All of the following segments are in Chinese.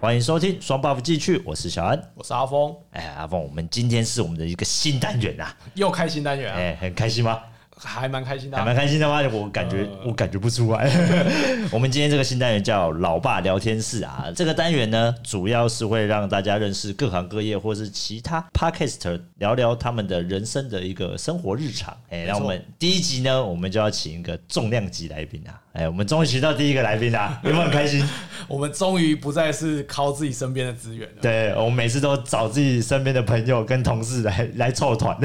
欢迎收听双 buff 继续，我是小安。我是阿峰，哎，阿凤，我们今天是我们的一个新单元啊，又开新单元、啊，哎，很开心吗？还蛮开心的还啊、呃蛮开心的吗？我感觉、我感觉不出来。 我们今天这个新单元叫“老爸聊天室”啊，这个单元呢，主要是会让大家认识各行各业或是其他 podcaster，聊聊他们的人生的一个生活日常。哎、错那我们第一集呢，我们就要请一个重量级来宾啊！哎、我们终于请到第一个来宾啦、有没有很开心？我们终于不再是靠自己身边的资源了。对，我们每次都找自己身边的朋友跟同事来 来凑团。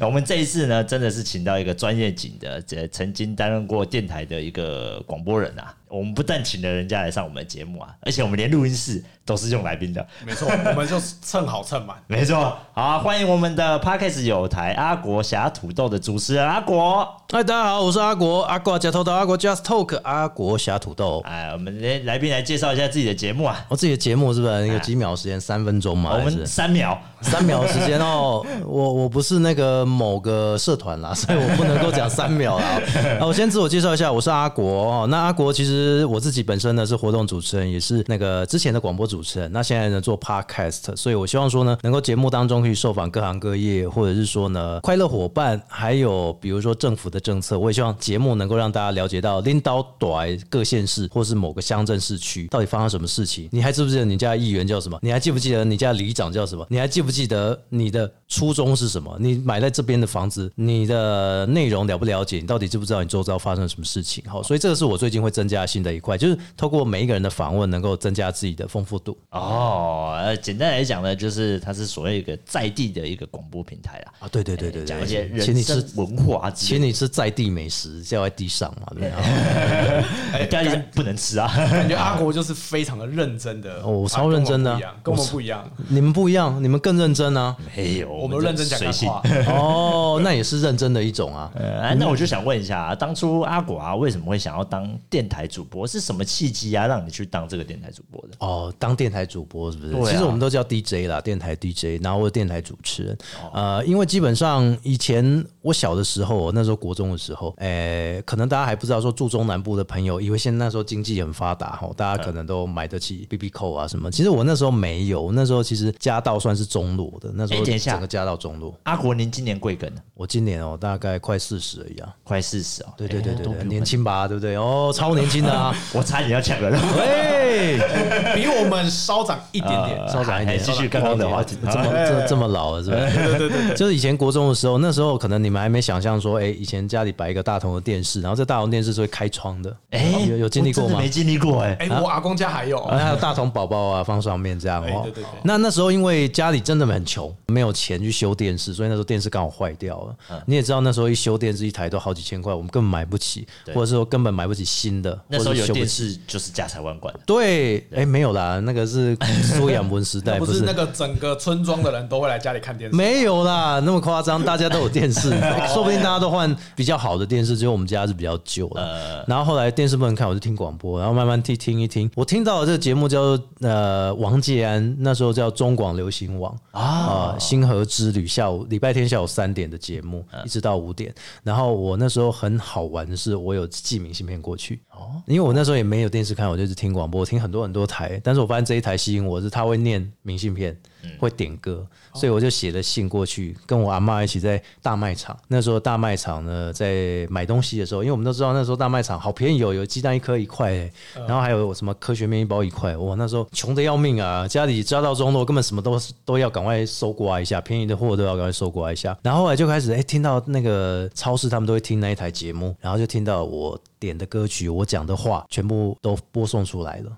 我们这一次呢，真的是请到一个专业级的，这曾经担任过电台的一个广播人啊。我们不但请了人家来上我们的节目啊，而且我们连录音室都是用来宾的。 没错，我们就蹭好蹭满。没错，好、啊，欢迎我们的 Parkes 有台阿国侠土豆的主持人阿国。嗨，大家好，我是阿国，阿国假头头，阿国 Just Talk，阿国侠土豆。哎，我们来来宾来介绍一下自己的节目啊。我、自己的节目是不是有几秒时间？三分钟嘛，哎我还们是三秒，三秒时间哦？ 我我不是那个某个社团啦， 所以我不能够讲三 秒啦。啊，我先自我介绍一下，我是阿国哦。那阿国其实我自己本身呢是活动主持人，也是那个之前的广播主持人，那现在呢做 Podcast，所以我希望说呢，能够节目当中可以受访各行各业，或者是说呢快乐伙伴，还有比如说政府的政策，我也希望节目能够让大家了解到拎刀短各县市或是某个乡镇市区到底发生什么事情。你还记不记得你家的议员叫什么？你还记不记得你家的里长叫什么？你还记不记得你的初衷是什么？你买在这边的房子，你的内容了不了解？你到底知不知道你周遭发生了什么事情？好，所以这个是我最近会增加新的一块，就是透过每一个人的访问，能够增加自己的丰富度哦，呃，简单来讲呢，就是它是所谓一个在地的一个广播平台啦，啊！对对对对讲一些对，请人你生吃，文化之请类的，你吃在地美食，叫在地上嘛，对不啊对？哎，但是不能吃啊，感觉阿国就是非常的认真的，哦我啊超认真的啊跟我们不一样，跟你们不一样，你们更认真啊！没 有，我们不一样，我们认真讲随干性。话。哦，那也是认真的一种啊。呃哎，那我就想问一下啊，当初阿果啊，为什么会想要当电台主播？是什么契机啊，让你去当这个电台主播的？哦，当电台主播是不是？对啊其实我们都叫 DJ 啦，电台 DJ，然后或者电台主持人。哦呃，因为基本上以前我小的时候，那时候国中的时候，诶、可能大家还不知道说住中南部的朋友，以为现在那时候经济很发达哈，吼大家可能都买得起 BB 扣啊什么。其实我那时候没有，我那时候其实家道算是中落的，那时哎候等一下整个家道中落。阿国，您今年贵庚呢？啊我今年哦，大概快四十而已啊。快四十哦。对哎对对那对都对，比我年们轻吧，对不对？哦，超年轻的啊！ 我差点要抢 人了。喂，比我们稍长一点点，稍长一哎点，哦继续刚啊哎刚的话题。这么这这么老了是吧？对对对，就是以前国中的时候，那时候可能你们还没想象说，哎、以前家里摆一个大同的电视，然后这大同电视是会开窗的，哎，哦有有经历我过真的吗没？经历过哎。哎，我阿公家还有，然后还有大同宝宝啊，放上面这样哎哦。对对对那那时候因为家里真的很穷，没有钱去修电视，所以那时候电视刚好坏掉了。嗯你也知道那时候一修电视一台都好几千块，我们根本买不起，或者是说根本买不起新的，那时候或者有是修不电起。视就是家财万贯的。对，哎、没有啦，那个是苏养 文时代，不哎不是那个整个村庄的人都会来家里看电视，没有啦，那么夸张，大家都有电 视，哎说不定大家都换比较好的电视，只有我们家是比较旧呃的。然后后来电视不能看，我就听广播，然后慢慢听听一听。我听到的这个节目叫做呃王杰安，那时候叫中广流行网啊、呃星河之旅，下午礼拜天下午三点的节目，嗯一直到五点。然后我那时候很好玩的是，我有寄明信片过去哦，因为我那时候也没有电视看，我就是听广播，我听很多很多台。但是我发现这一台吸引我是，他会念明信片，会点歌，所以我就写了信过去，跟我阿妈一起在大卖场。那时候大卖场呢，在买东西的时候，因为我们都知道那时候大卖场好便宜哦，有鸡蛋一颗一块、欸，然后还有什么科学面一包一块，哇，那时候穷的要命啊，家里家道中落，根本什么都都要赶快收刮一下，便宜的货都要赶快收刮一下。然后后来就开始哎、欸听到那个超市他们都会听那一台节目，然后就听到我点的歌曲，我讲的话全部都播送出来了。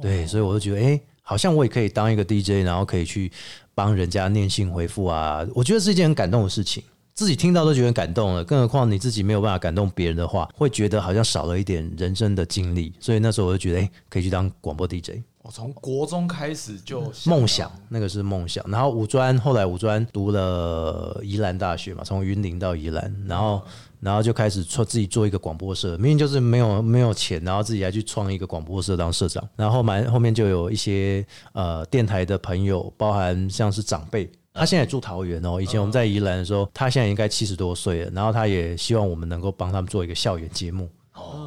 对，所以我就觉得，哎、好像我也可以当一个 DJ，然后可以去帮人家念信回复啊，我觉得是一件很感动的事情。自己听到都觉得很感动了，更何况你自己没有办法感动别人的话，会觉得好像少了一点人生的经历。所以那时候我就觉得，哎、可以去当广播 DJ，我从国中开始就梦想那个是梦想。然后五专后来五专读了宜兰大学嘛，从云林到宜兰，然后然后就开始做自己做一个广播社，明明就是没有没有钱，然后自己还去创一个广播社当社长，然后蛮后面就有一些呃电台的朋友，包含像是长辈。他现在也住桃园哦，以前我们在宜兰的时候，他现在应该七十多岁了，然后他也希望我们能够帮他们做一个校园节目，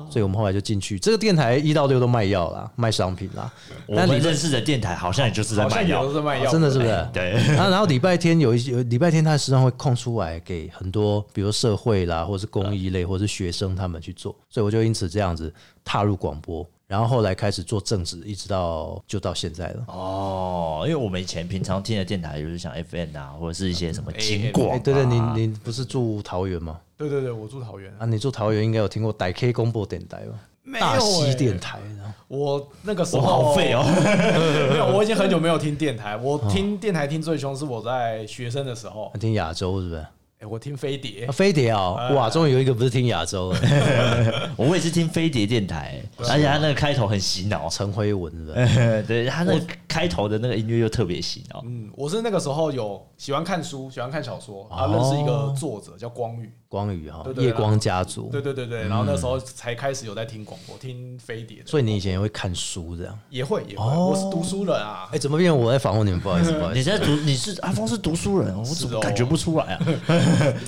所以我们后来就进去。这个电台一到六都卖药啦，卖商品啦。我但们礼拜认识的电台好像也就是在好卖像有药的，是卖药，真的是不是？对 然后然后礼拜天有一些，有礼拜天它时常会空出来给很多，比如社会啦，或是公益类，或是学生他们去做，所以我就因此这样子踏入广播，然后后来开始做正职，一直到就到现在了。哦，因为我们以前平常听的电台就是像 FN 啊，或者是一些什么金广、哎，啊，对对，您您不是住桃园吗？对对对，我住桃园，啊，你住桃园应该有听过台 K 公播电台吧？没有大溪欸电台，啊然后我那个时我候好废哦，哦， 没有，我已经很久没有听电台，我嗯听电台听最凶是我在学生的时候，听亚洲是不是？啊哎，我听飞碟，飞碟哦，哎哇，终于有一个不是听亚洲了， 我也是听飞碟电台，而且他那个开头很洗脑，陈辉文是不是？啊 对他那个开头的那个音乐又特别洗脑。嗯，我是那个时候有喜欢看书，喜欢看小说，然哦后认识一个作者叫光宇，光宇哈对，对夜光家族，对对对对，然后那时候才开始有在听广播，听飞碟的，嗯所以你以前也会看书这样。也会也会，哦我是读书人啊哎、，怎么变成我在访问你们？不好意思，不好意你思。在读，你是阿峰是读书人，我怎是么哦感觉不出 来啊？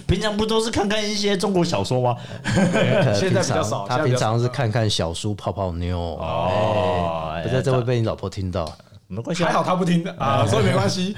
平常不都是看看一些中国小说吗？呃 现在比较平常少他现在比平较少常是看看小书泡泡妞，哦哎不知道这会被你老婆听到。没关系啊，还好他不嗯听的啊，所以没关 系，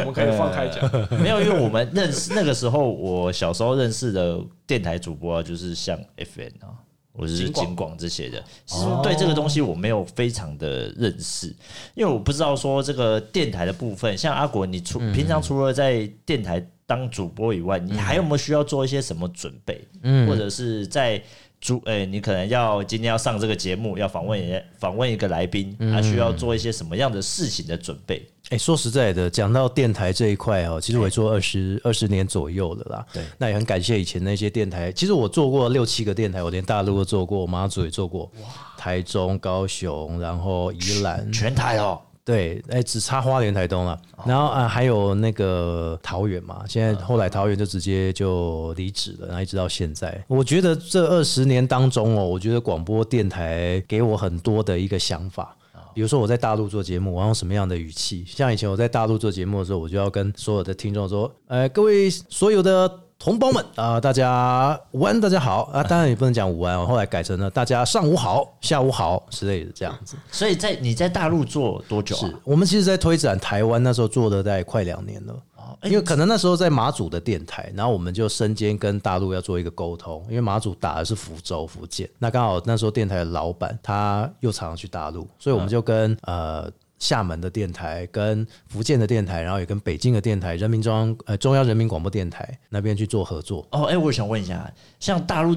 我们可以放开讲。 没有，因为我们认识那个时候，我小时候认识的电台主播啊，就是像 FN 啊，我是金广哦金广这些的。其实对这个东西我没有非常的认识，因为我不知道说这个电台的部分，像阿果，你嗯除平常除了在电台当主播以外，你还有没有需要做一些什么准备？嗯或者是在主诶、你可能要今天要上这个节目，要访问人访问一个来宾，嗯他、需要做一些什么样的事情的准备？哎、说实在的，讲到电台这一块哦，其实我也哎做二十二十年左右了啦。对，那也很感谢以前那些电台。其实我做过六七个电台，我连大陆都做过，马祖也做过，台中、高雄，然后宜兰，全台哦，对，哎、只差花莲、台东了。然后啊，还有那个桃园嘛，现在后来桃园就直接就离职了，然后一直到现在。我觉得这二十年当中哦，我觉得广播电台给我很多的一个想法。比如说我在大陆做节目，我要用什么样的语气？像以前我在大陆做节目的时候，我就要跟所有的听众说：，呃，各位所有的同胞们啊、大家午安，大家好啊！当然也不能讲午安哦，我后来改成了大家上午好、下午好之类的这样子。所以在你在大陆做多久啊？我们其实，在推展台湾那时候做了大概快两年了。哦哎因为可能那时候在马祖的电台，然后我们就身兼跟大陆要做一个沟通，因为马祖打的是福州、福建，那刚好那时候电台的老板他又常常去大陆，所以我们就跟、呃厦门的电台、跟福建的电台，然后也跟北京的电台、人民中央呃中央人民广播电台那边去做合作。哦，哎、我想问一下，像大陆，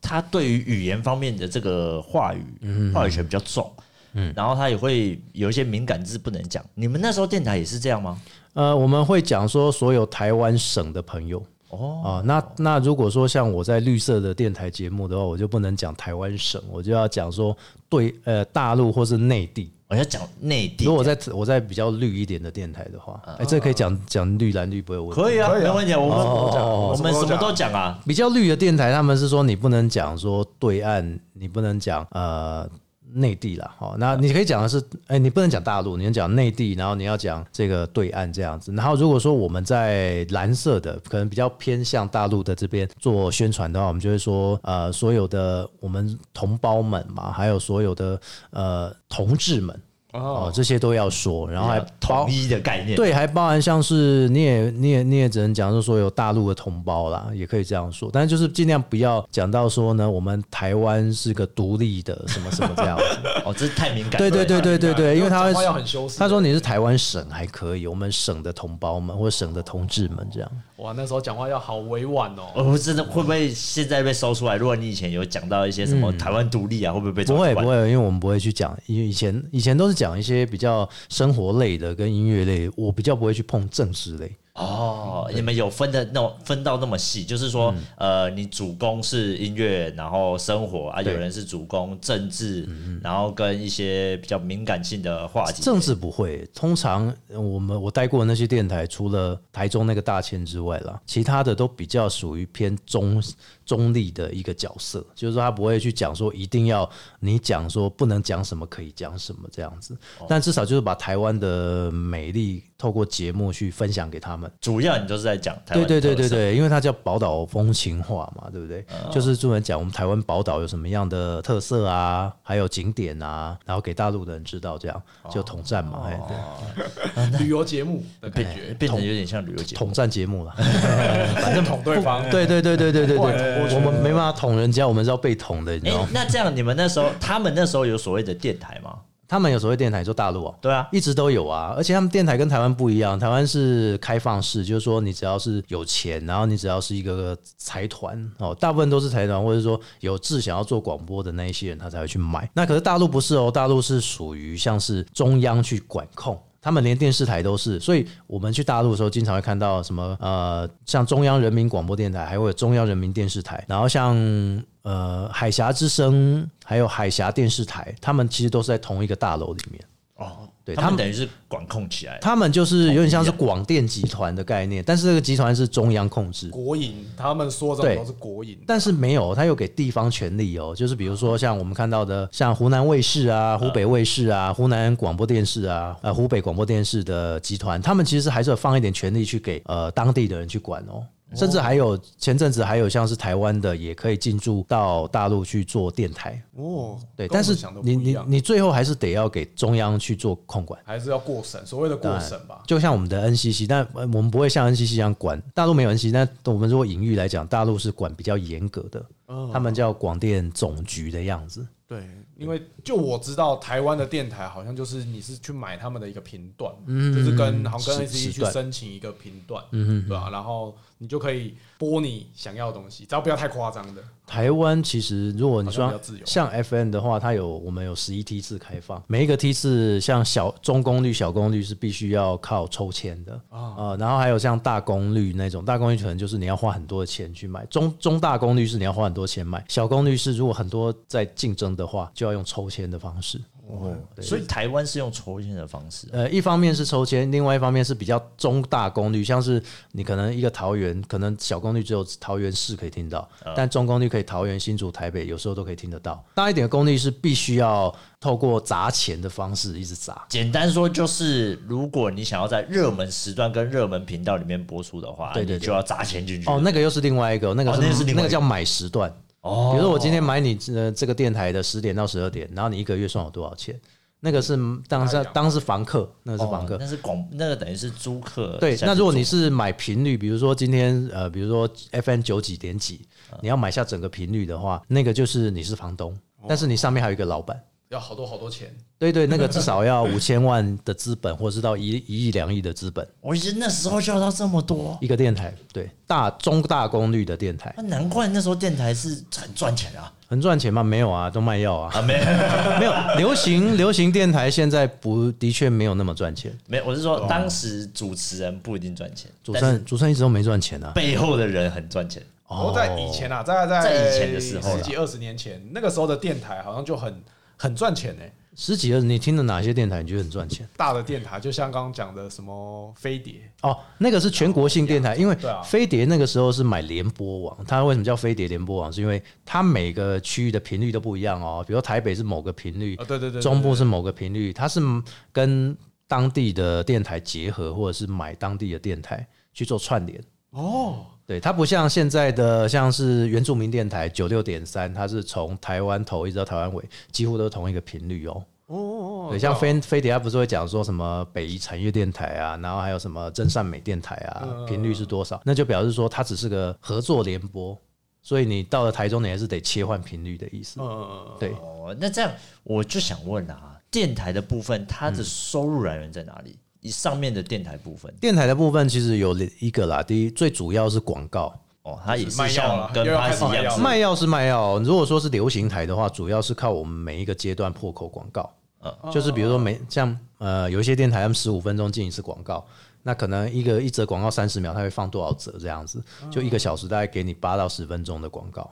他对于语言方面的这个话语、话语权比较重，嗯，然后他也会有一些敏感字不能讲。你们那时候电台也是这样吗？呃，我们会讲说所有台湾省的朋友。哦啊、那那如果说像我在绿色的电台节目的话，我就不能讲台湾省，我就要讲说对呃大陆或是内地。我哦要讲内地嗯如，果我在我在比较绿一点的电台的话，哎、这可以讲讲绿蓝绿不会有问题。可以啊，可以啊没问题啊。我们、哦我们什什么么都都讲啊，比较绿的电台，他们是说你不能讲说对岸，你不能讲呃内地啦，哦，那你可以讲的是，哎、你不能讲大陆，你要讲内地，然后你要讲这个对岸这样子。然后如果说我们在蓝色的，可能比较偏向大陆的这边做宣传的话，我们就会说，呃，所有的我们同胞们嘛，还有所有的呃同志们。哦，这些都要说，然后还包统一的概念。，对，还包含像是你也你也你也只能讲说说有大陆的同胞啦，也可以这样说，但是就是尽量不要讲到说呢，我们台湾是个独立的什么什么这样子。哦，这太敏感了。对对对对对对，因为他啊讲话要会很修饰。他说你是台湾省还可以，我们省的同胞们或省的同志们这样。哇，那时候讲话要好委婉哦。哦，真的会不会现在被搜出来？如果你以前有讲到一些什么台湾独立啊，会不会被抓嗯不出会来？不会，因为我们不会去讲，因为以前以前都是讲一些比较生活类的跟音乐类，我比较不会去碰政治类。哦，你们有分的那种分到那么细，就是说，嗯呃，你主攻是音乐，然后生活啊，对嗯有人是主攻政治，然后跟一些比较敏感性的话题。政治不会，通常呃我们我待过的那些电台，除了台中那个大千之外啦，其他的都比较属于偏中中立的一个角色，就是说他不会去讲说一定要你讲说不能讲什么可以讲哦什么这样子，但至少就是把台湾的美丽透过节目去分享给他们。们。主要你都是在讲台湾对的对对对特色，对，因为它叫宝岛风情画嘛，对不对？就是专门讲我们台湾宝岛有什么样的特色啊，还有景点啊，然后给大陆的人知道，这样就统战哦嘛，哎、旅游节目的感觉，变成有点像旅游节目。对，统战 节目了。反 正捅对方，对对对对对对不管捅过对，去我们没办法捅人家，我们是要被捅的，你哎、知道吗？那这样你们那时候，他们那时候有所谓的电台吗？他们有所谓电台说大陆哦、对啊，一直都有啊，而且他们电台跟台湾不一样，台湾是开放式，就是说你只要是有钱，然后你只要是一个呃财团哦，大部分都是财团或者说有志想要做广播的那一些人，他才会去买。那可是大陆不是哦，大陆是属于像是中央去管控。他们连电视台都是，所以我们去大陆的时候，经常会看到什么呃，像中央人民广播电台，还会有中央人民电视台，然后像呃海峡之声，还有海峡电视台，他们其实都是在同一个大楼里面。哦，对他他们们等于是管控起来。他们就是有点像是啊广电集团的概念，但是这个集团是中央控制，国营，他们说这种都是国营，但是没有，他有给地方权力哦，就是比如说像我们看到的，像湖南卫视嗯啊、湖北卫视啊、湖南广播电视啊、呃湖北广播电视的集团，他们其实还是有放一点权力去给呃当地的人去管哦。甚至还有前阵子还有像是台湾的也可以进驻到大陆去做电台，哦，对，跟我们但是想的不你一你样，你最后还是得要给中央去做控管。还是要过审，所谓的过审吧，就像我们的 NCC，但呃我们不会像 NCC 一样管大陆没有 NCC，但我们如果隐喻来讲，大陆是管比较严格的，哦他们叫广电总局的样子。对，因为就我知道台湾的电台好像就是你是去买他们的一个频段，就是跟好像跟嗯时 AC 时去段申请一个频段，嗯对吧、然后你就可以播你想要的东西，只要不要太夸张的，台湾其实如果你好说像比较自由像 FM 的话，它有我们有十一梯次开放，每一个梯次像小中功率、小功率是必须要靠抽签的哦啊、呃然后还有像大功率那种，大功率可能就是你要花很多的钱去买，中中大功率是你要花很多钱买，小功率是如果很多在竞争的话，就要用抽签的方式。哦，所以台湾是用抽签的方式。呃，一方面是抽签，另外一方面是比较中大功率，像是你可能一个桃园，可能小功率只有桃园市可以听到，啊但中功率可以桃园、新竹、台北，有时候都可以听得到。大一点的功率是必须要透过砸钱的方式一直砸。简单说就是，如果你想要在热门时段跟热门频道里面播出的话，对对对你就要砸钱进去。哦，那个又是另外一个，那个哦是,、那是另外一个个叫买时段。哦比如说我今天买你呃这个电台的十点到十二点，然后你一个月算我多少钱？那个是嗯当哎是呀当是房客，那个是房哦，客那是广，那个等于是租客。对，那如果你是是买频率，比如说今天呃，比如说 FM 九几点几，嗯你要买下整个频率的话，那个就是你是房东，哦但是你上面还有一个老板。要好多好多钱，对对，那个至少要五千万的资本，或者是到一一亿两亿的资本，我觉得那时候就要到这么多，一个电台，对大中大功率的电台那难怪那时候电台是很赚钱啊。很赚钱吗？没有啊，都卖药啊， 啊，没有没有。流行流行电台现在不的确没有那么赚钱，没有，我是说当时主持人不一定赚钱，主但持是人主持人一直都没赚钱啊。背后的人很赚钱。哦然后在以前啊，在在在以前的时候啦十几二十年前，那个时候的电台好像就很很赚钱呢、欸十几二十，你听了哪些电台你觉得很赚钱？大的电台，就像刚刚讲的什么飞碟，哦，那个是全国性电台，因为对啊飞碟那个时候是买联播网，它为什么叫飞碟联播网？是因为它每个区域的频率都不一样哦，比如台北是某个频率啊，，对对对，对中部是某个频率，它是跟当地的电台结合，或者是买当地的电台去做串联。哦，对，它不像现在的像是原住民电台九六点三，它是从台湾头一直到台湾尾，几乎都是同一个频率哦。哦哦对，像哦飞飞碟，它不是会讲说什么北宜产业电台啊，然后还有什么真善美电台啊，频率是多少？那就表示说它只是个合作联播，所以你到了台中，你还是得切换频率的意思。嗯，对，哦，那这样我就想问啊，电台的部分它的收入来源在哪里？以上面的电台部分，电台的部分其实有一个啦，第一最主要是广告，哦，它也就是卖是药像了跟又要它开是始一卖样药是，了卖药是卖药，哦如果说是流行台的话，主要是靠我们每一个阶段破口广告，就是比如说每像呃有一些电台他们十五分钟进一次广告，那可能一个一则广告三十秒，它会放多少折这样子，就一个小时大概给你八到十分钟的广告。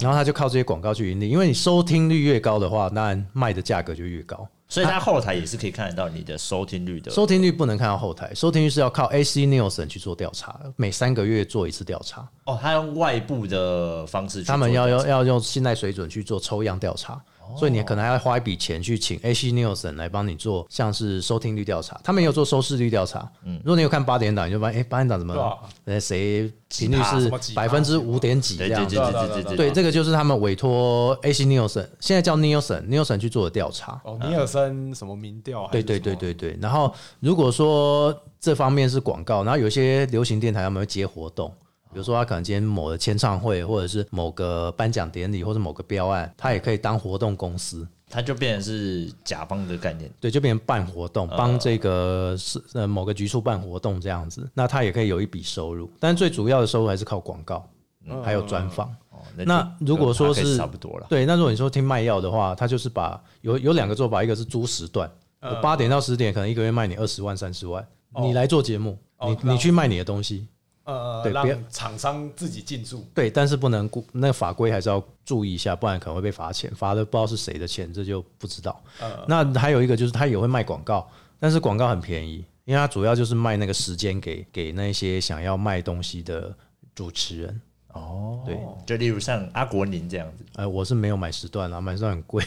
然后他就靠这些广告去盈利，因为你收听率越高的话，当然卖的价格就越高。所以它后台也是可以看得到你的收听率的。收听率不能看到后台，收听率是要靠 AC Nielsen 去做调查，每三个月做一次调查。哦，它用外部的方式去做，哦他们要要要用信赖水准去做抽样调查，所以你可能还要花一笔钱去请 AC Nielsen 来帮你做像是收听率调查，他们也有做收视率调查。嗯如果你有看八点档，你就发现哎，八点档怎对么啊呃谁频率几趴什是么几趴百分之五点几对这样对子对对对对，这个就是他们委托 AC Nielsen，现在叫 Nielsen，Nielsen 去做的调查。哦，尼尔森什么民调还对是什对么？对对对。然后如果说这方面是广告，然后有些流行电台他们会接活动。啊比如说，他可能今天某的签唱会，或者是某个颁奖典礼，或者某个标案，他也可以当活动公司，它就变成是甲方的概念。对，就变成办活啊动，帮这个是呃某个局处办活动这样子。那他也可以有一笔收入，但最主要的收入还是靠广告，嗯还有专访。哦，那就嗯如果跟说 podcast 是差不多了，对，那如果你说听卖药的话，他就是把有有两个做法，一个是租时段，我八点到十点可能一个月卖你二十万三十万，你来做节目，哦你那你去卖你的东西，呃，对别让厂商自己进驻。对，但是不能顾那法规还是要注意一下，不然可能会被罚钱，罚的不知道是谁的钱，这就不知道。那还有一个就是他也会卖广告，但是广告很便宜，因为他主要就是卖那个时间给给那些想要卖东西的主持人。哦，对，就例如像阿国宁这样子，呃，我是没有买时段啊啦，买时段很贵。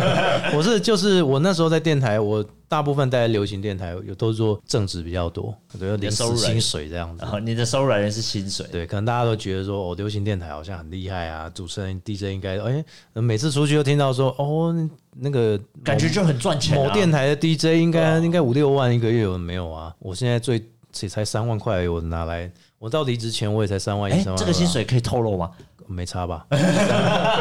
我是就是我那时候在电台，我大部分待在流行电台，有都是做正职比较多，对，你的零收入时来源哦薪水这样子然。啊后你的收入来源是薪水，对，可能大家都觉得说，哦，流行电台好像很厉害啊，主持人 DJ 应该，哎、每次出去都听到说，哦，那个感觉就很赚钱啊。哦某电台的 DJ 应该、应该五六万一个月有没有啊？我现在最也才三万块而已，我拿来，我到离职前我也才三万一哎三，万，啊这个薪水可以透露吗？没差吧？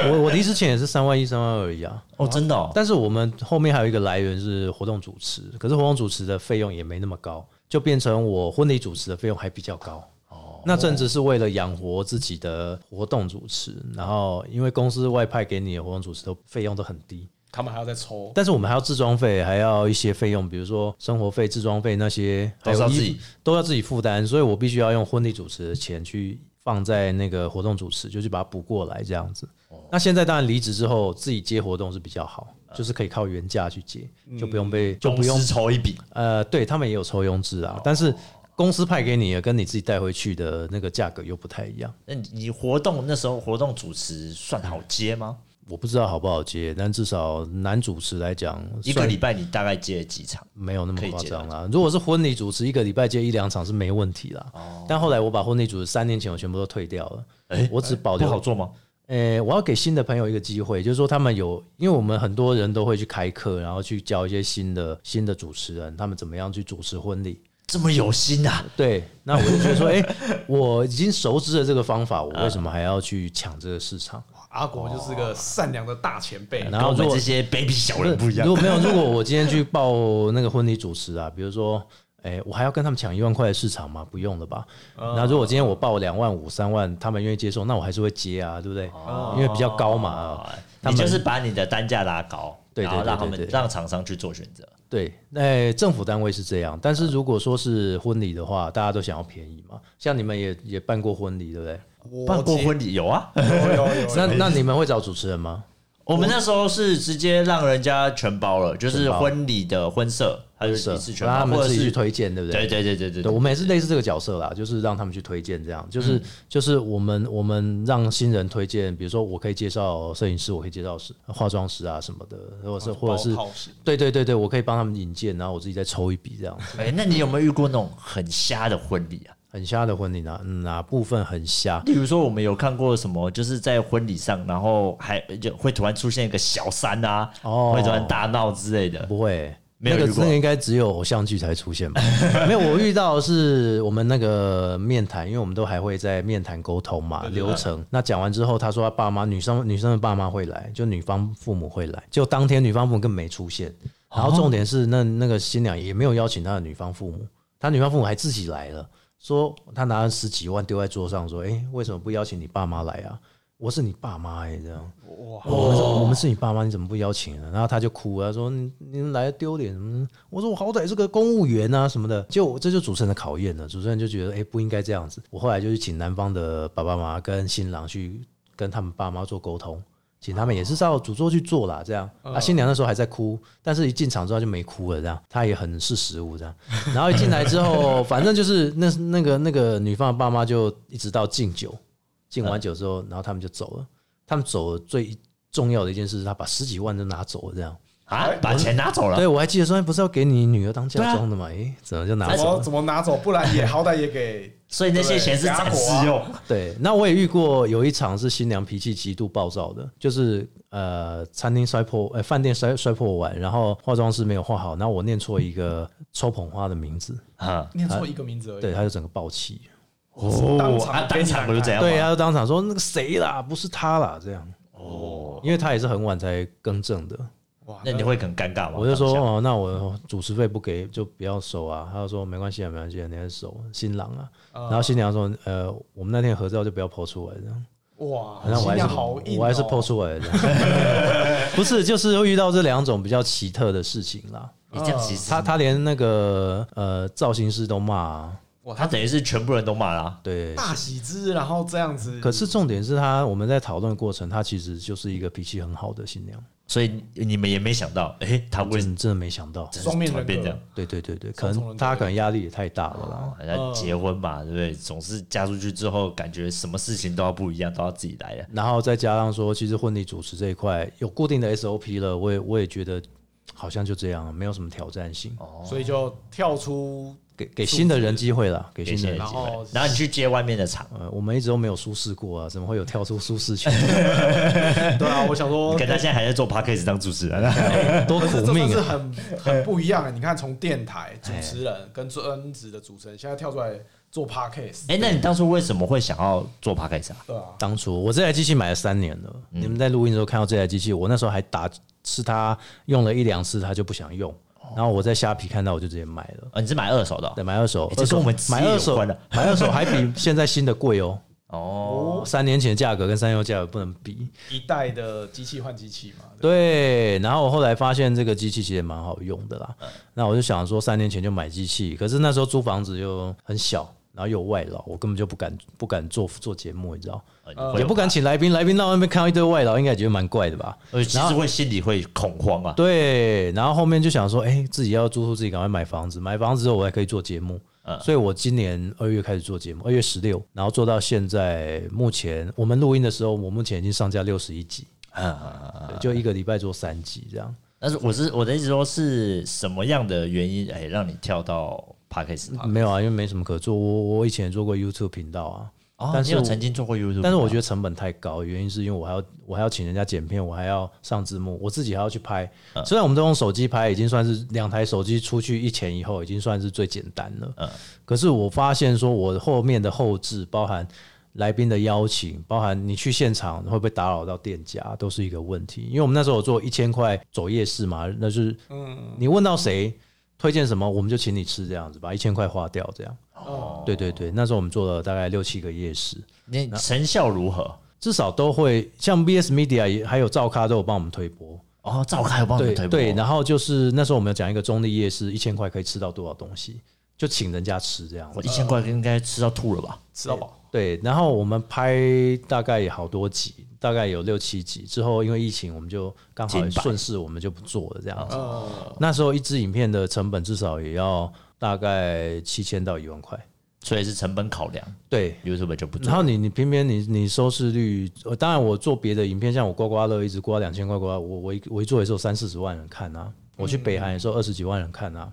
我我离职前也是三万一三万而已啊。哦，真的哦，但是我们后面还有一个来源是活动主持，可是活动主持的费用也没那么高，就变成我婚礼主持的费用还比较高。哦，那正职是为了养活自己的活动主持，然后因为公司外派给你的活动主持都费用都很低，他们还要再抽，但是我们还要自装费，还要一些费用，比如说生活费、自装费那些，还都是要有衣自己都要自己负担，所以我必须要用婚礼主持的钱去放在那个活动主持，就去把它补过来这样子。哦那现在当然离职之后，自己接活动是比较好，就是可以靠原价去接，就不用被嗯就公不用司哦抽一笔，呃，对他们也有抽佣制啊，但是公司派给你的跟你自己带回去的那个价格又不太一样。那你你活动那时候活动主持算好接吗？我不知道好不好接，但至少男主持来讲，一个礼拜你大概接了几场？没有那么可以夸接张啦。如果是婚礼主持，一个礼拜接一两场是没问题啦。哦但后来我把婚礼主持三年前我全部都退掉了，我只保哎不留好做吗？诶、我要给新的朋友一个机会，就是说他们有，因为我们很多人都会去开课，然后去教一些新的新的主持人，他们怎么样去主持婚礼。这么有心啊！对，那我就觉得 说，诶，我已经熟知了这个方法，我为什么还要去抢这个市场？啊阿国就是个善良的大前辈。然跟后我如们果这些 baby 小人不一样如。果没有，如果我今天去报那个婚礼主持啊，比如说，哎、我还要跟他们抢一万块的市场吗？不用了吧。啊那如果今天我报两万五、三万，他们愿意接受，那我还是会接啊，对不对？哦因为比较高嘛。啊他你们就是把你的单价拉高，对对然后对让他对们对让厂商去做选择。对，那、政府单位是这样，但是如果说是婚礼的话，大家都想要便宜嘛。像你们也也办过婚礼，对不对？我办过接婚礼有啊，有有有，那那你们会找主持人吗？ 我们那时候是直接让人家全包了，就是全包婚礼的婚摄，他就一次全包，让他或们者自己去是推荐，对不对对对对对对，对嗯我们也是类似这个角色啦，就是让他们去推荐这样，就是、就是我们我们让新人推荐，比如说我可以介绍摄影师，我可以介绍师化妆师啊什么的，或者哦是或者是包套型对对对对，我可以帮他们引荐，然后我自己再抽一笔这样。哎、那你有没有遇过那种很瞎的婚礼啊？很瞎的婚礼哪哪部分很瞎？例如说，我们有看过什么，就是在婚礼上，然后还就会突然出现一个小三啊，哦会突然大闹之类的。不会，没有那遇个过那个应该只有偶像剧才出 现吧？没有，我遇到的是我们那个面谈，因为我们都还会在面谈沟通嘛流程。那讲完之后，他说他爸妈女生女生的爸妈会来，就女方父母会来，就当天女方父母根本没出现。然后重点是那那个新娘也没有邀请她的女方父母，她女方父母还自己来了，说她拿了十几万丢在桌上，说：“哎、为什么不邀请你爸妈来啊？我是你爸妈哎、这样。”我们说我们是你爸妈，你怎么不邀请呢？然后他就哭了，他说你你们来丢脸什么？我说我好歹是个公务员啊什么的，就这就主持人的考验了。主持人就觉得哎、不应该这样子。我后来就是请男方的爸爸妈妈跟新郎去跟他们爸妈做沟通，请他们也是照主桌去做啦，这样。啊，新娘那时候还在哭，但是一进场之后就没哭了，这样。她也很识时务这样。然后一进来之后，反正就是那那个那个女方的爸妈就一直到敬酒，敬完酒之后，然后他们就走了。他们走了最重要的一件事，是他把十几万都拿走了这样。啊，把钱拿走了对，我还记得说哎不是要给你女儿当嫁妆的嘛？诶、怎么就拿怎走么了？怎么拿走？不然也好歹也给所以那些钱是暂时用。对，那我也遇过有一场是新娘脾气极度暴躁的，就是呃，餐厅摔破，呃，饭店摔摔破碗，然后化妆师没有化好，然后我念错一个抽捧花的名字，啊，念错一个名字而已。对，他就整个暴气，当哦，场啊，当场就这样吗，对，他啊就当场说那个谁啦，不是他啦，这样，哦，因为他也是很晚才更正的，哇，那你会很尴尬吗？我就说当下哦，那我主持费不给就不要收啊，他就说没关系啊，没关系啊，你还是收新郎啊，哦然后新娘说呃，我们那天合照就不要抛出来这样。哇，那哦我新还是娘好硬哦，我还是剖出来的， 不是，就是会遇到这两种比较奇特的事情啦。你这样其实他他连那个呃造型师都骂、啊哇，他等于是全部人都骂啦，对。大喜之，然后这样子，可是重点是他，我们在讨论的过程，他其实就是一个脾气很好的新娘，所以你们也没想到，哎，他会真真的没想到，双面突然人变这格样。对对对对，可双重能人格他可能压力也太大了啦。好像结婚嘛，嗯对不对？总是嫁出去之后，感觉什么事情都要不一样，都要自己来了。然后再加上说，其实婚礼主持这一块有固定的 SOP 了，我也我也觉得好像就这样，没有什么挑战性，哦所以就跳出给给新的人机会啦，给新给的新人人然机后会，然后你去接外面的场，呃，我们一直都没有舒适过啊，怎么会有跳出舒适 圈？对哦啊，我想说你看他现在还在做 podcast 当主持 人，多可是苦这命是啊！很很不一样啊的。你看，从电台主持人跟专职的主持人，现在跳出来做嗯 podcast，哎，那你当初为什么会想要做 podcast 啊？对啊，当初我这台机器买了三年了，嗯你们在录音的时候看到这台机器，我那时候还打是它用了一两次，它就不想用，哦然后我在虾皮看到我就直接买了，哦，你是买二手的哦对，买二手，欸这二手跟我们职业买二手有关的买二手还比现在新的贵哦， 哦，三年前的价格跟三年后价格不能比。一代的机器换机器嘛，对，然后我后来发现这个机器其实也蛮好用的啦。那我就想说，三年前就买机器，可是那时候租房子又很小，然后又有外劳，我根本就不敢不敢做做节目，你知道，呃你会也不敢请来宾。来宾到外面看到一堆外劳，应该也觉得蛮怪的吧？呃，其实会心里会恐慌啊。对，然后后面就想说，哎、自己要租出自己，赶快买房子，买房子之后我还可以做节目。所以我今年二月开始做节目，二月十六，然后做到现在，目前我们录音的时候，我目前已经上架六十一集，啊对就一个礼拜做三集这样。但是我是我的意思说，是什么样的原因，哎，让你跳到 podcast？没有啊，因为没什么可做。我我以前也做过 YouTube 频道啊，哦，但你是有我曾经做过 YouTube，但是我觉得得成本太高，原因是因为我还要我还要请人家剪片，我还要上字幕，我自己还要去拍。虽然我们都用手机拍，已经算是两台手机出去一前一后，已经算是最简单了。可是我发现说，我后面的后置包含。来宾的邀请，包含你去现场会不会打扰到店家，都是一个问题。因为我们那时候有做一千块走夜市嘛，那就是，你问到谁推荐什么，我们就请你吃这样子，把一千块花掉这样。哦，对对对，那时候我们做了大概六七个夜市，你成效如何？至少都会像 BS Media 也还有赵咖都有帮我们推播，哦，赵开有帮你对推播对，然后就是那时候我们有讲一个中立夜市，一千块可以吃到多少东西，就请人家吃这样我子。一千块应该吃到吐了吧？吃到饱，对，然后我们拍大概也好多集，大概有六七集之后，因为疫情，我们就刚好停摆顺势我们就不做了这样哦子。嗯，那时候一支影片的成本至少也要大概七千到一万块，所以是成本考量对， ，YouTube 就不做然。后你你偏偏你你收视率，呃当然我做别的影片，像我刮刮乐一直刮两千块刮，我我一我一做也是有三四十万人看啊，我去北韩也是有二十几万人看啊，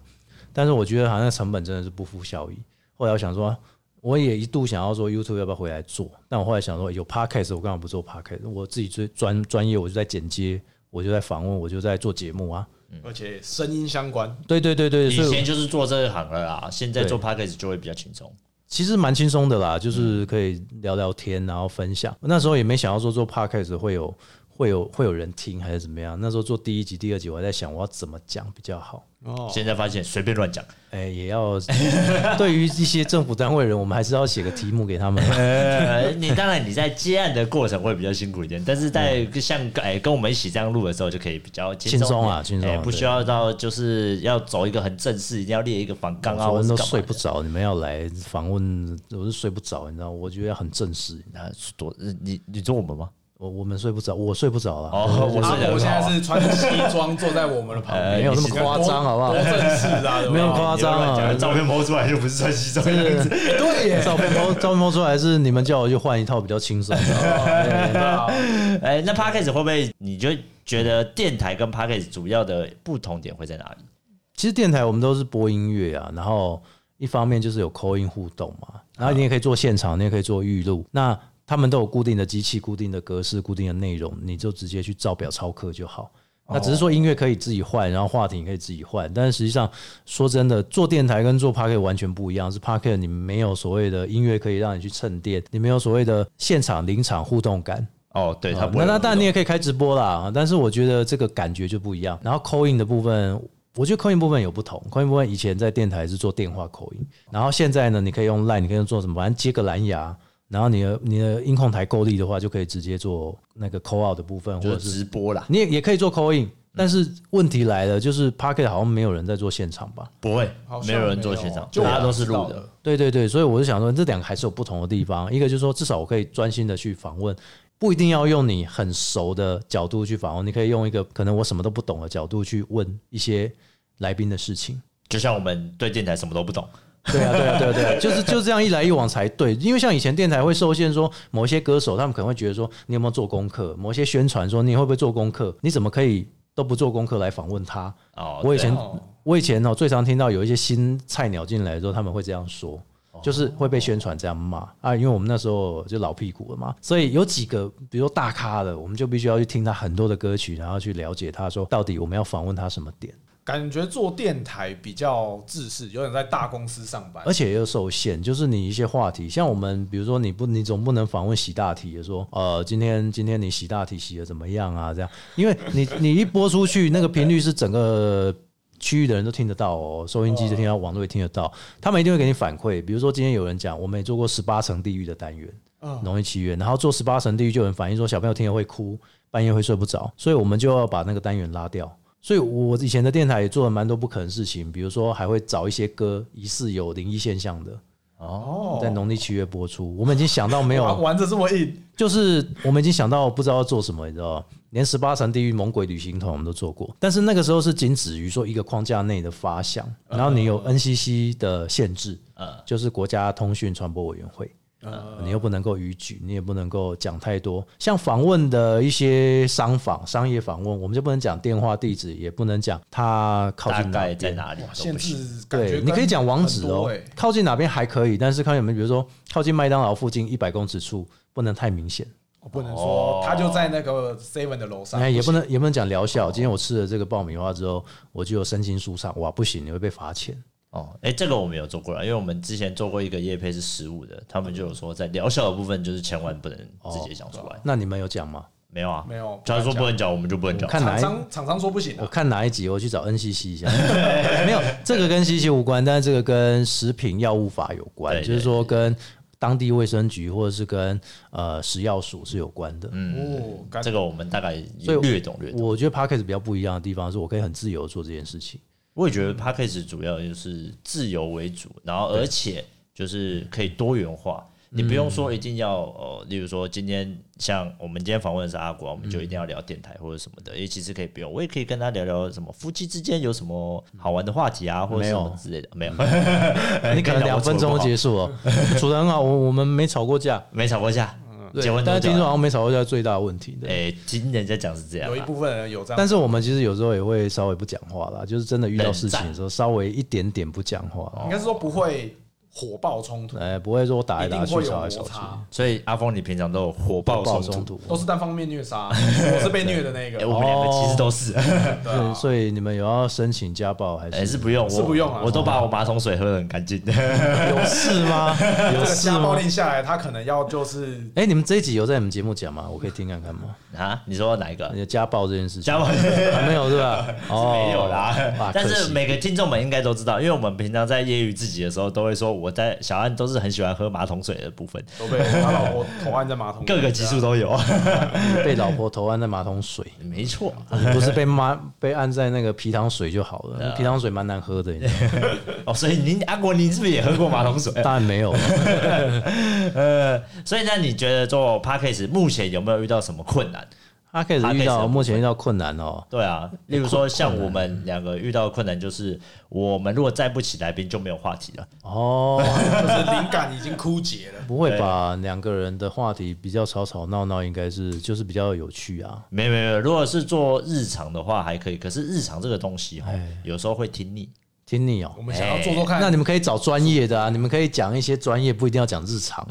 但是我觉得好像成本真的是不敷效益。后来我想说，我也一度想要说 YouTube 要不要回来做，但我后来想说哎有 Podcast 我干嘛不做 Podcast？我自己最专专业我就在剪接，我就在访问，我就在做节目啊。而且声音相关，对对对对，以所以前就是做这一行了啦，现在对做 podcast 就会比较轻松。其实蛮轻松的啦，嗯就是可以聊聊天，然后分享。那时候也没想到说做 podcast 会有会有会有人听还是怎么样。那时候做第一集、第二集，我还在想我要怎么讲比较好。哦，现在发现随便乱讲，哎、也 要对于一些政府单位人，我们还是要写个题目给他们。啊呃，哎你当然你在接案的过程会比较辛苦一点，但是在像哎、跟我们一起这样录的时候，就可以比较 轻轻松松啊一点轻松啊哎不对需要到就是要走一个很正式，一定要列一个反纲啊，我或们都是干嘛睡不的着，你们要来访问，我是睡不着，你知道，我觉得很正式。那是多呃你你做我们吗？我我们睡不着，我睡不着了。 哦，我阿睡得婆很现在好啊。是穿着西装坐在我们的旁边，呃哎没有那么你看多夸张好不好多正式 啊，对吧没有夸张啊你要乱讲照 片摸出来就不是穿西装的样子。对耶，照片抛照片抛出来是你们叫我去换一套比较轻松的，对啊哎、那 podcast 会不会你就觉得电台跟 podcast 主要的不同点会在哪里？其实电台我们都是播音乐啊，然后一方面就是有口音互动嘛，然后你也可以做现场，你也可以做预录。那他们都有固定的机器、固定的格式、固定的内容，你就直接去照表抄课就好。那只是说音乐可以自己换，然后话题你可以自己换，但是实际上说真的，做电台跟做 p a r k e t 完全不一样。是 p a r k e t 你没有所谓的音乐可以让你去蹭电，你没有所谓的现场临场互动感，哦，对，他啊不那会。那当然你也可以开直播啦，啊但是我觉得这个感觉就不一样。然后口音的部分，我觉得口音部分有不同。口音部分以前在电台是做电话口音，然后现在呢，你可以用 Line，你可以用做什么，反正接个蓝牙。然后你的你的音控台够力的话，就可以直接做那个 call out 的部分，或就者是是直播啦，你也也可以做 call in。但是问题来了，就是 Pocket 好像没有人在做现场吧？不会好，像没有人做现场，就我大家都是录知道的。。对对对，所以我就想说，这两个还是有不同的地方。一个就是说，至少我可以专心的去访问，不一定要用你很熟的角度去访问，你可以用一个可能我什么都不懂的角度去问一些来宾的事情。就像我们对电台什么都不懂，对啊，对啊，对啊，对啊，就是就这样一来一往才对。因为像以前电台会受限说，某些歌手他们可能会觉得说，你有没有做功课？某些宣传说，你会不会做功课？你怎么可以都不做功课来访问他？哦，我以对前哦我以前哦，最常听到有一些新菜鸟进来的时候，他们会这样说，哦就是会被宣传这样骂啊，因为我们那时候就老屁股了嘛，所以有几个比如说大咖的，我们就必须要去听他很多的歌曲，然后去了解他说到底我们要访问他什么点，感觉做电台比较自私，有点在大公司上班而。且也有受限，就是你一些话题，像我们比如说你不你总不能访问习大体的说，呃，今天今天你习大体习的怎么样啊？这样，因为你你一播出去，那个频率是整个区域的人都听得到哦，收音机都听到，网络也听得到，他们一定会给你反馈。比如说今天有人讲，我们也做过十八层地狱的单元，农历七月，然后做十八层地狱就有人反映说小朋友听了会哭，半夜会睡不着，所以我们就要把那个单元拉掉。所以我以前的电台也做了蛮多不可能的事情，比如说还会找一些歌疑似有灵异现象的，哦在农历七月播出。我们已经想到没有啊玩玩的这么硬， 就是我们已经想到不知道要做什么，你知道吗？连十八层地狱猛鬼旅行团我们都做过，但是那个时候是仅止于说一个框架内的发想，然后你有 NCC 的限制，就是国家通讯传播委员会。呃你又不能够逾矩，你也不能够讲太多。像访问的一些商访、商业访问，我们就不能讲电话地址，也不能讲他靠大近哪概边在哪里都限不行。制感觉对，跟你可以讲网址很多哦欸，靠近哪边还可以，但是靠近我们，比如说靠近麦当劳附近一百公尺处，不能太明显。我哦不能说他就在那个 Seven 的楼上哎，，也不能也不能讲疗哦效。今天我吃了这个爆米花之后，我就有身心舒畅，哇，不行，你会被罚钱。哦，哎、这个我们有做过了，因为我们之前做过一个业配是食物的，他们就有说在疗效的部分就是千万不能直接讲出来，那你们哦有讲吗？没有啊，没有他说不能讲，我们就不能讲我。看哪厂一商厂商说不行我啊，看哪一集，我去找 NCC 一下。 没有，这个跟 CC 无关，但是这个跟食品药物法有关，对对就是说跟当地卫生局或者是跟呃食药署是有关的。哦，嗯感这个我们大概所以略懂略懂。我觉得 p a c k a g e 比较不一样的地方是我可以很自由地做这件事情。我也觉得 p a c k a g e 主要就是自由为主，然后而且就是可以多元化，你不用说一定要呃，例如说今天像我们今天访问的是阿国，我们就一定要聊电台或者什么的，也其实可以不用，我也可以跟他聊聊什么夫妻之间有什么好玩的话题啊，或者什么之类的，没有，你可能跟你老两婆分钟处得不好就结束了， 处得很好，我我们没吵过架，没吵过架，嗯对啊结婚但多久是听说好了？像没吵过架是最大的问题的。哎，听人家讲是这样有一啊，部分人有这样，但是我们其实有时候也会稍微不讲话啦，就是真的遇到事情的时候，稍微一点点不讲话，应该是说不会火爆冲突，哎，不会说我打来一打定去会、有吵来摩吵去，擦，所以阿峰你平常都有火爆爆冲冲突，突。都是单方面虐 杀，我是被虐的那哎，个，我们两个其实都是。对对，啊，所以你们有要申请家暴还哎、是是不用，是我不用啊我都把我马桶水喝得很干净。有事吗？哦这有个事家暴吗？令下来，他可能要就是哎，你们这一集有在你们节目讲吗？我可以听看看吗？啊，你说哪一个你？的家暴这件事情加完还没有是吧？哦，没有啦啊，但 可是惜每个听众们应该都知道，因为我们平常在业余自己的时候，都会说我在小安都是很喜欢喝马桶水的部嗯分，都被他老婆投按在马桶，各个级数都有，啊被老婆头按在马桶水， 没错。不是被妈被按在那个皮糖水就好了。那皮糖水蛮难喝的，你知道吗 哦，所以您阿国，您是不是也喝过马桶水？ 当然没有了。呃，所以那你觉得做 p a c k a g e 目前有没有遇到什么困难？他开始遇 Podcast 的部到分目前遇到困难哦，对啊，例如说像我们两个遇到的困难就是，我们如果载不起来宾就没有话题了。哦，就是灵感已经枯竭了。不会吧？两个人的话题比较吵吵闹闹，应该是就是比较有趣啊。没有没有没有，如果是做日常的话还可以，可是日常这个东西哈哎，有时候会听腻。听你哦我，们想要做做看，那你们可以找专业的啊，你们可以讲一些专业，不一定要讲日常。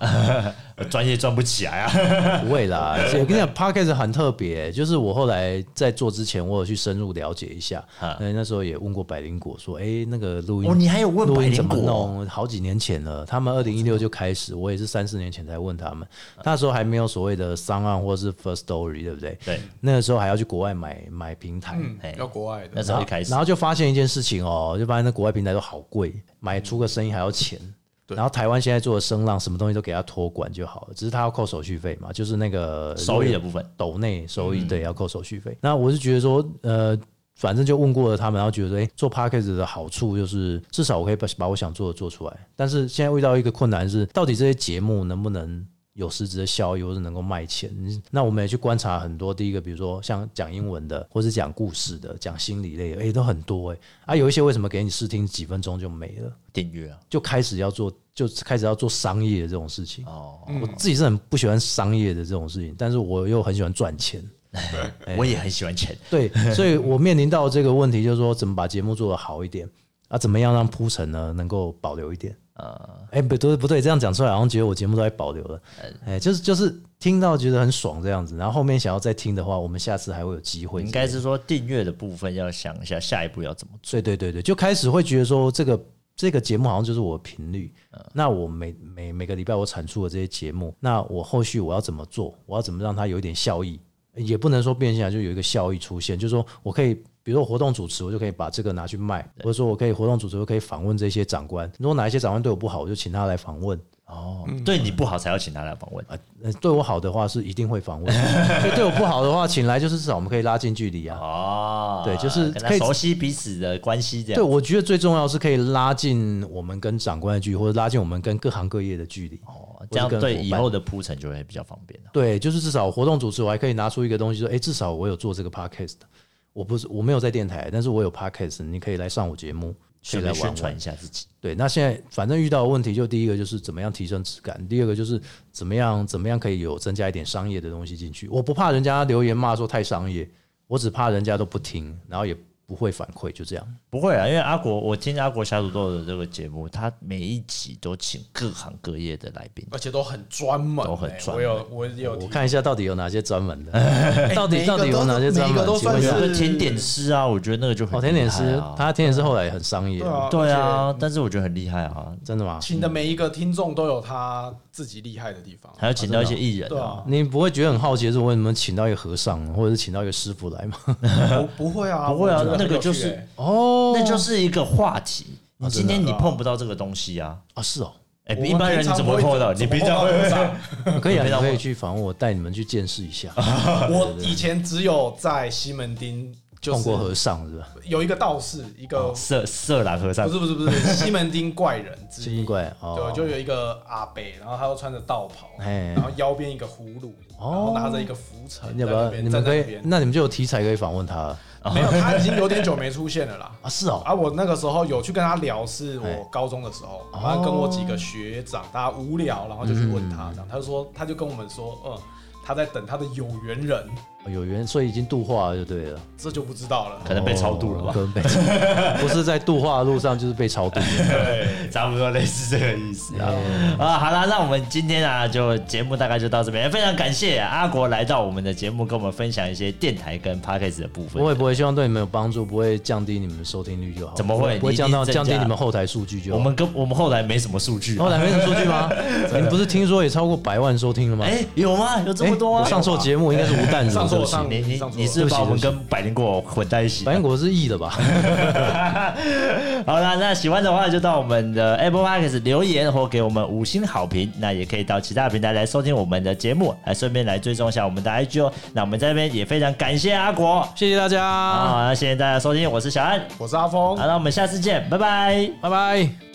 呃专业赚不起来 啊。不 会啦，而且我跟你讲，podcast 很特别、就是我后来在做之前，我有去深入了解一下。啊那那时候也问过百灵果说，哎、那个录音，哦，你还有问录百音怎灵么果？弄？好几年前了，他们二零一六就开始，我也是三四年前才问他们，那时候还没有所谓的商案或是 First Story，对不对？对，那个时候还要去国外买买平台。嗯哎，要国外那的，时候一开始然，后就发现一件事情哦，就发现那国外平台都好贵，买出个声音还要钱。嗯对然后台湾现在做的声浪，什么东西都给他托管就好了，只是他要扣手续费嘛，就是那个收益的部分抖内收益，对，要扣手续费。那我是觉得说，呃。反正就问过了他们，然后觉得，哎、做 p a c k a g e 的好处就是，至少我可以把把我想做的做出来。但是现在遇到一个困难是，到底这些节目能不能有实质的效益，或是能够卖钱？那我们也去观察很多，第一个，比如说像讲英文的，或是讲故事的，讲心理类的，哎、都很多哎、啊，有一些为什么给你试听几分钟就没了，订阅啊。就开始要做，就开始要做商业的这种事情。哦，我自己是很不喜欢商业的这种事情，但是我又很喜欢赚钱。哎我也很喜欢钱。对， 所以我面临到这个问题，就是说怎么把节目做得好一点啊？怎么样让铺陈呢能够保留一点？呃，哎、不对，不对，这样讲出来好像觉得我节目都在保留了。哎、就是就是听到觉得很爽这样子，然后后面想要再听的话，我们下次还会有机会。应该是说订阅的部分要想一下下一步要怎么做。对对对对，就开始会觉得说这个这个节目好像就是我的频率。那我每每每个礼拜我产出的这些节目，那我后续我要怎么做？我要怎么让它有一点效益？也不能说变现啊，就有一个效益出现，就是说我可以，比如说活动主持，我就可以把这个拿去卖，或者说我可以活动主持，我可以访问这些长官。如果哪一些长官对我不好，我就请他来访问。哦，对你不好才要请他来访问。呃，对我好的话是一定会访问， 所以对我不好的话，请来就是至少我们可以拉近距离啊。哦，对就是跟他可以熟悉彼此的关系这对，样。我觉得最重要是可以拉近我们跟长官的距离，或者拉近我们跟各行各业的距离。哦，我这是样跟对伙以伴后的铺陈就会比较方便啊了。对，就是至少活动主持，我还可以拿出一个东西说，哎，至少我有做这个 podcast，我不是我没有在电台，但是我有 podcast，你可以来上我节目，去顺来便玩宣传玩一。下自己。对，那现在反正遇到的问题就第一个就是怎么样提升质感，第二个就是怎么样怎么样可以有增加一点商业的东西进去。我不怕人家留言骂说太商业，我只怕人家都不听，然后也不会反馈，就这样。不会啊，因为阿国，我听阿国小土豆的这个节目，他每一集都请各行各业的来宾。而且都很专门，都很哎专门我有我也有我听，看一下到底有哪些专门的， 到哎每底一个到底有都哪些专每一个？门都请问一有下算是个甜点师啊，我觉得那个就很哦，甜点厉害师啊，他甜点师后来也很商业对，啊，对而啊，但是我觉得很厉害啊，真的吗且，？请的每一个听众都有他自己厉害的地方，还要请到一些艺人对啊，啊，你不会觉得很好奇，是为什么请到一个和尚，啊或者是请到一个师傅来吗？不 不会啊，不会啊我觉得很那个有趣就是哎哦那就是一个话题。你今天真的你啊碰不到这个东西啊，啊，是哦，哎，我们一般人平常怎么碰到？你不会平常怎么碰会到 可以你啊，你知道吗可以去访问我，带你们去见识一下， 我以前只有在西门町，就碰过和是尚是吧？有一个道士，一个色色狼和尚不是不是不 是西门町怪人之奇一，怪对，哦，就有一个阿伯，然后他又穿着道袍，哎然后腰边一个葫芦，然后拿着一个拂哦尘，要在不那要边你们站在可那以？边，那你们就有题材可以访问他了没有，他已经有点久没出现了啦。啊？是哦，啊，我那个时候有去跟他聊，是哎我高中的时候，然后跟我几个学长，大家无聊，然后就去问他，这样，他就说，他就跟我们说，嗯，他在等他的有缘人，有缘，所以已经度化了就对了，这就不知道了。可能被超度了哦吧可？能被不是在度化的路上，就是被超度了。对， 差不多类似这个意思啊。啊，好啦，那我们今天啊，就节目大概就到这边，非常感谢阿国来到我们的节目，跟我们分享一些电台跟 p a c k a g e 的部分不。会不会，希望对你们有帮助，不会降低你们的收听率就好。怎么会不会你一降到定增降低加你们后台数据就好。我们跟我们后来没什么数据啊、后台没什么数 据吗？你们不是听说也超过百万收听了吗？哎、有吗？有这么多哎吗？ 我上错节目应该是吴淡如上对不我上起，你你上错了你是不是把我们跟百灵果混在一起百了。英国是 E 的吧？ 好啦，那喜欢的话就到我们的 Apple Podcast 留言或给我们五星好评，那也可以到其他平台来收听我们的节目，来顺便来追踪一下我们的 IG 哦。那我们在这边也非常感 谢阿国，谢谢大家，好，那谢谢大家收听，我是小安，我是阿峰好，，那我们下次见，拜拜。拜拜。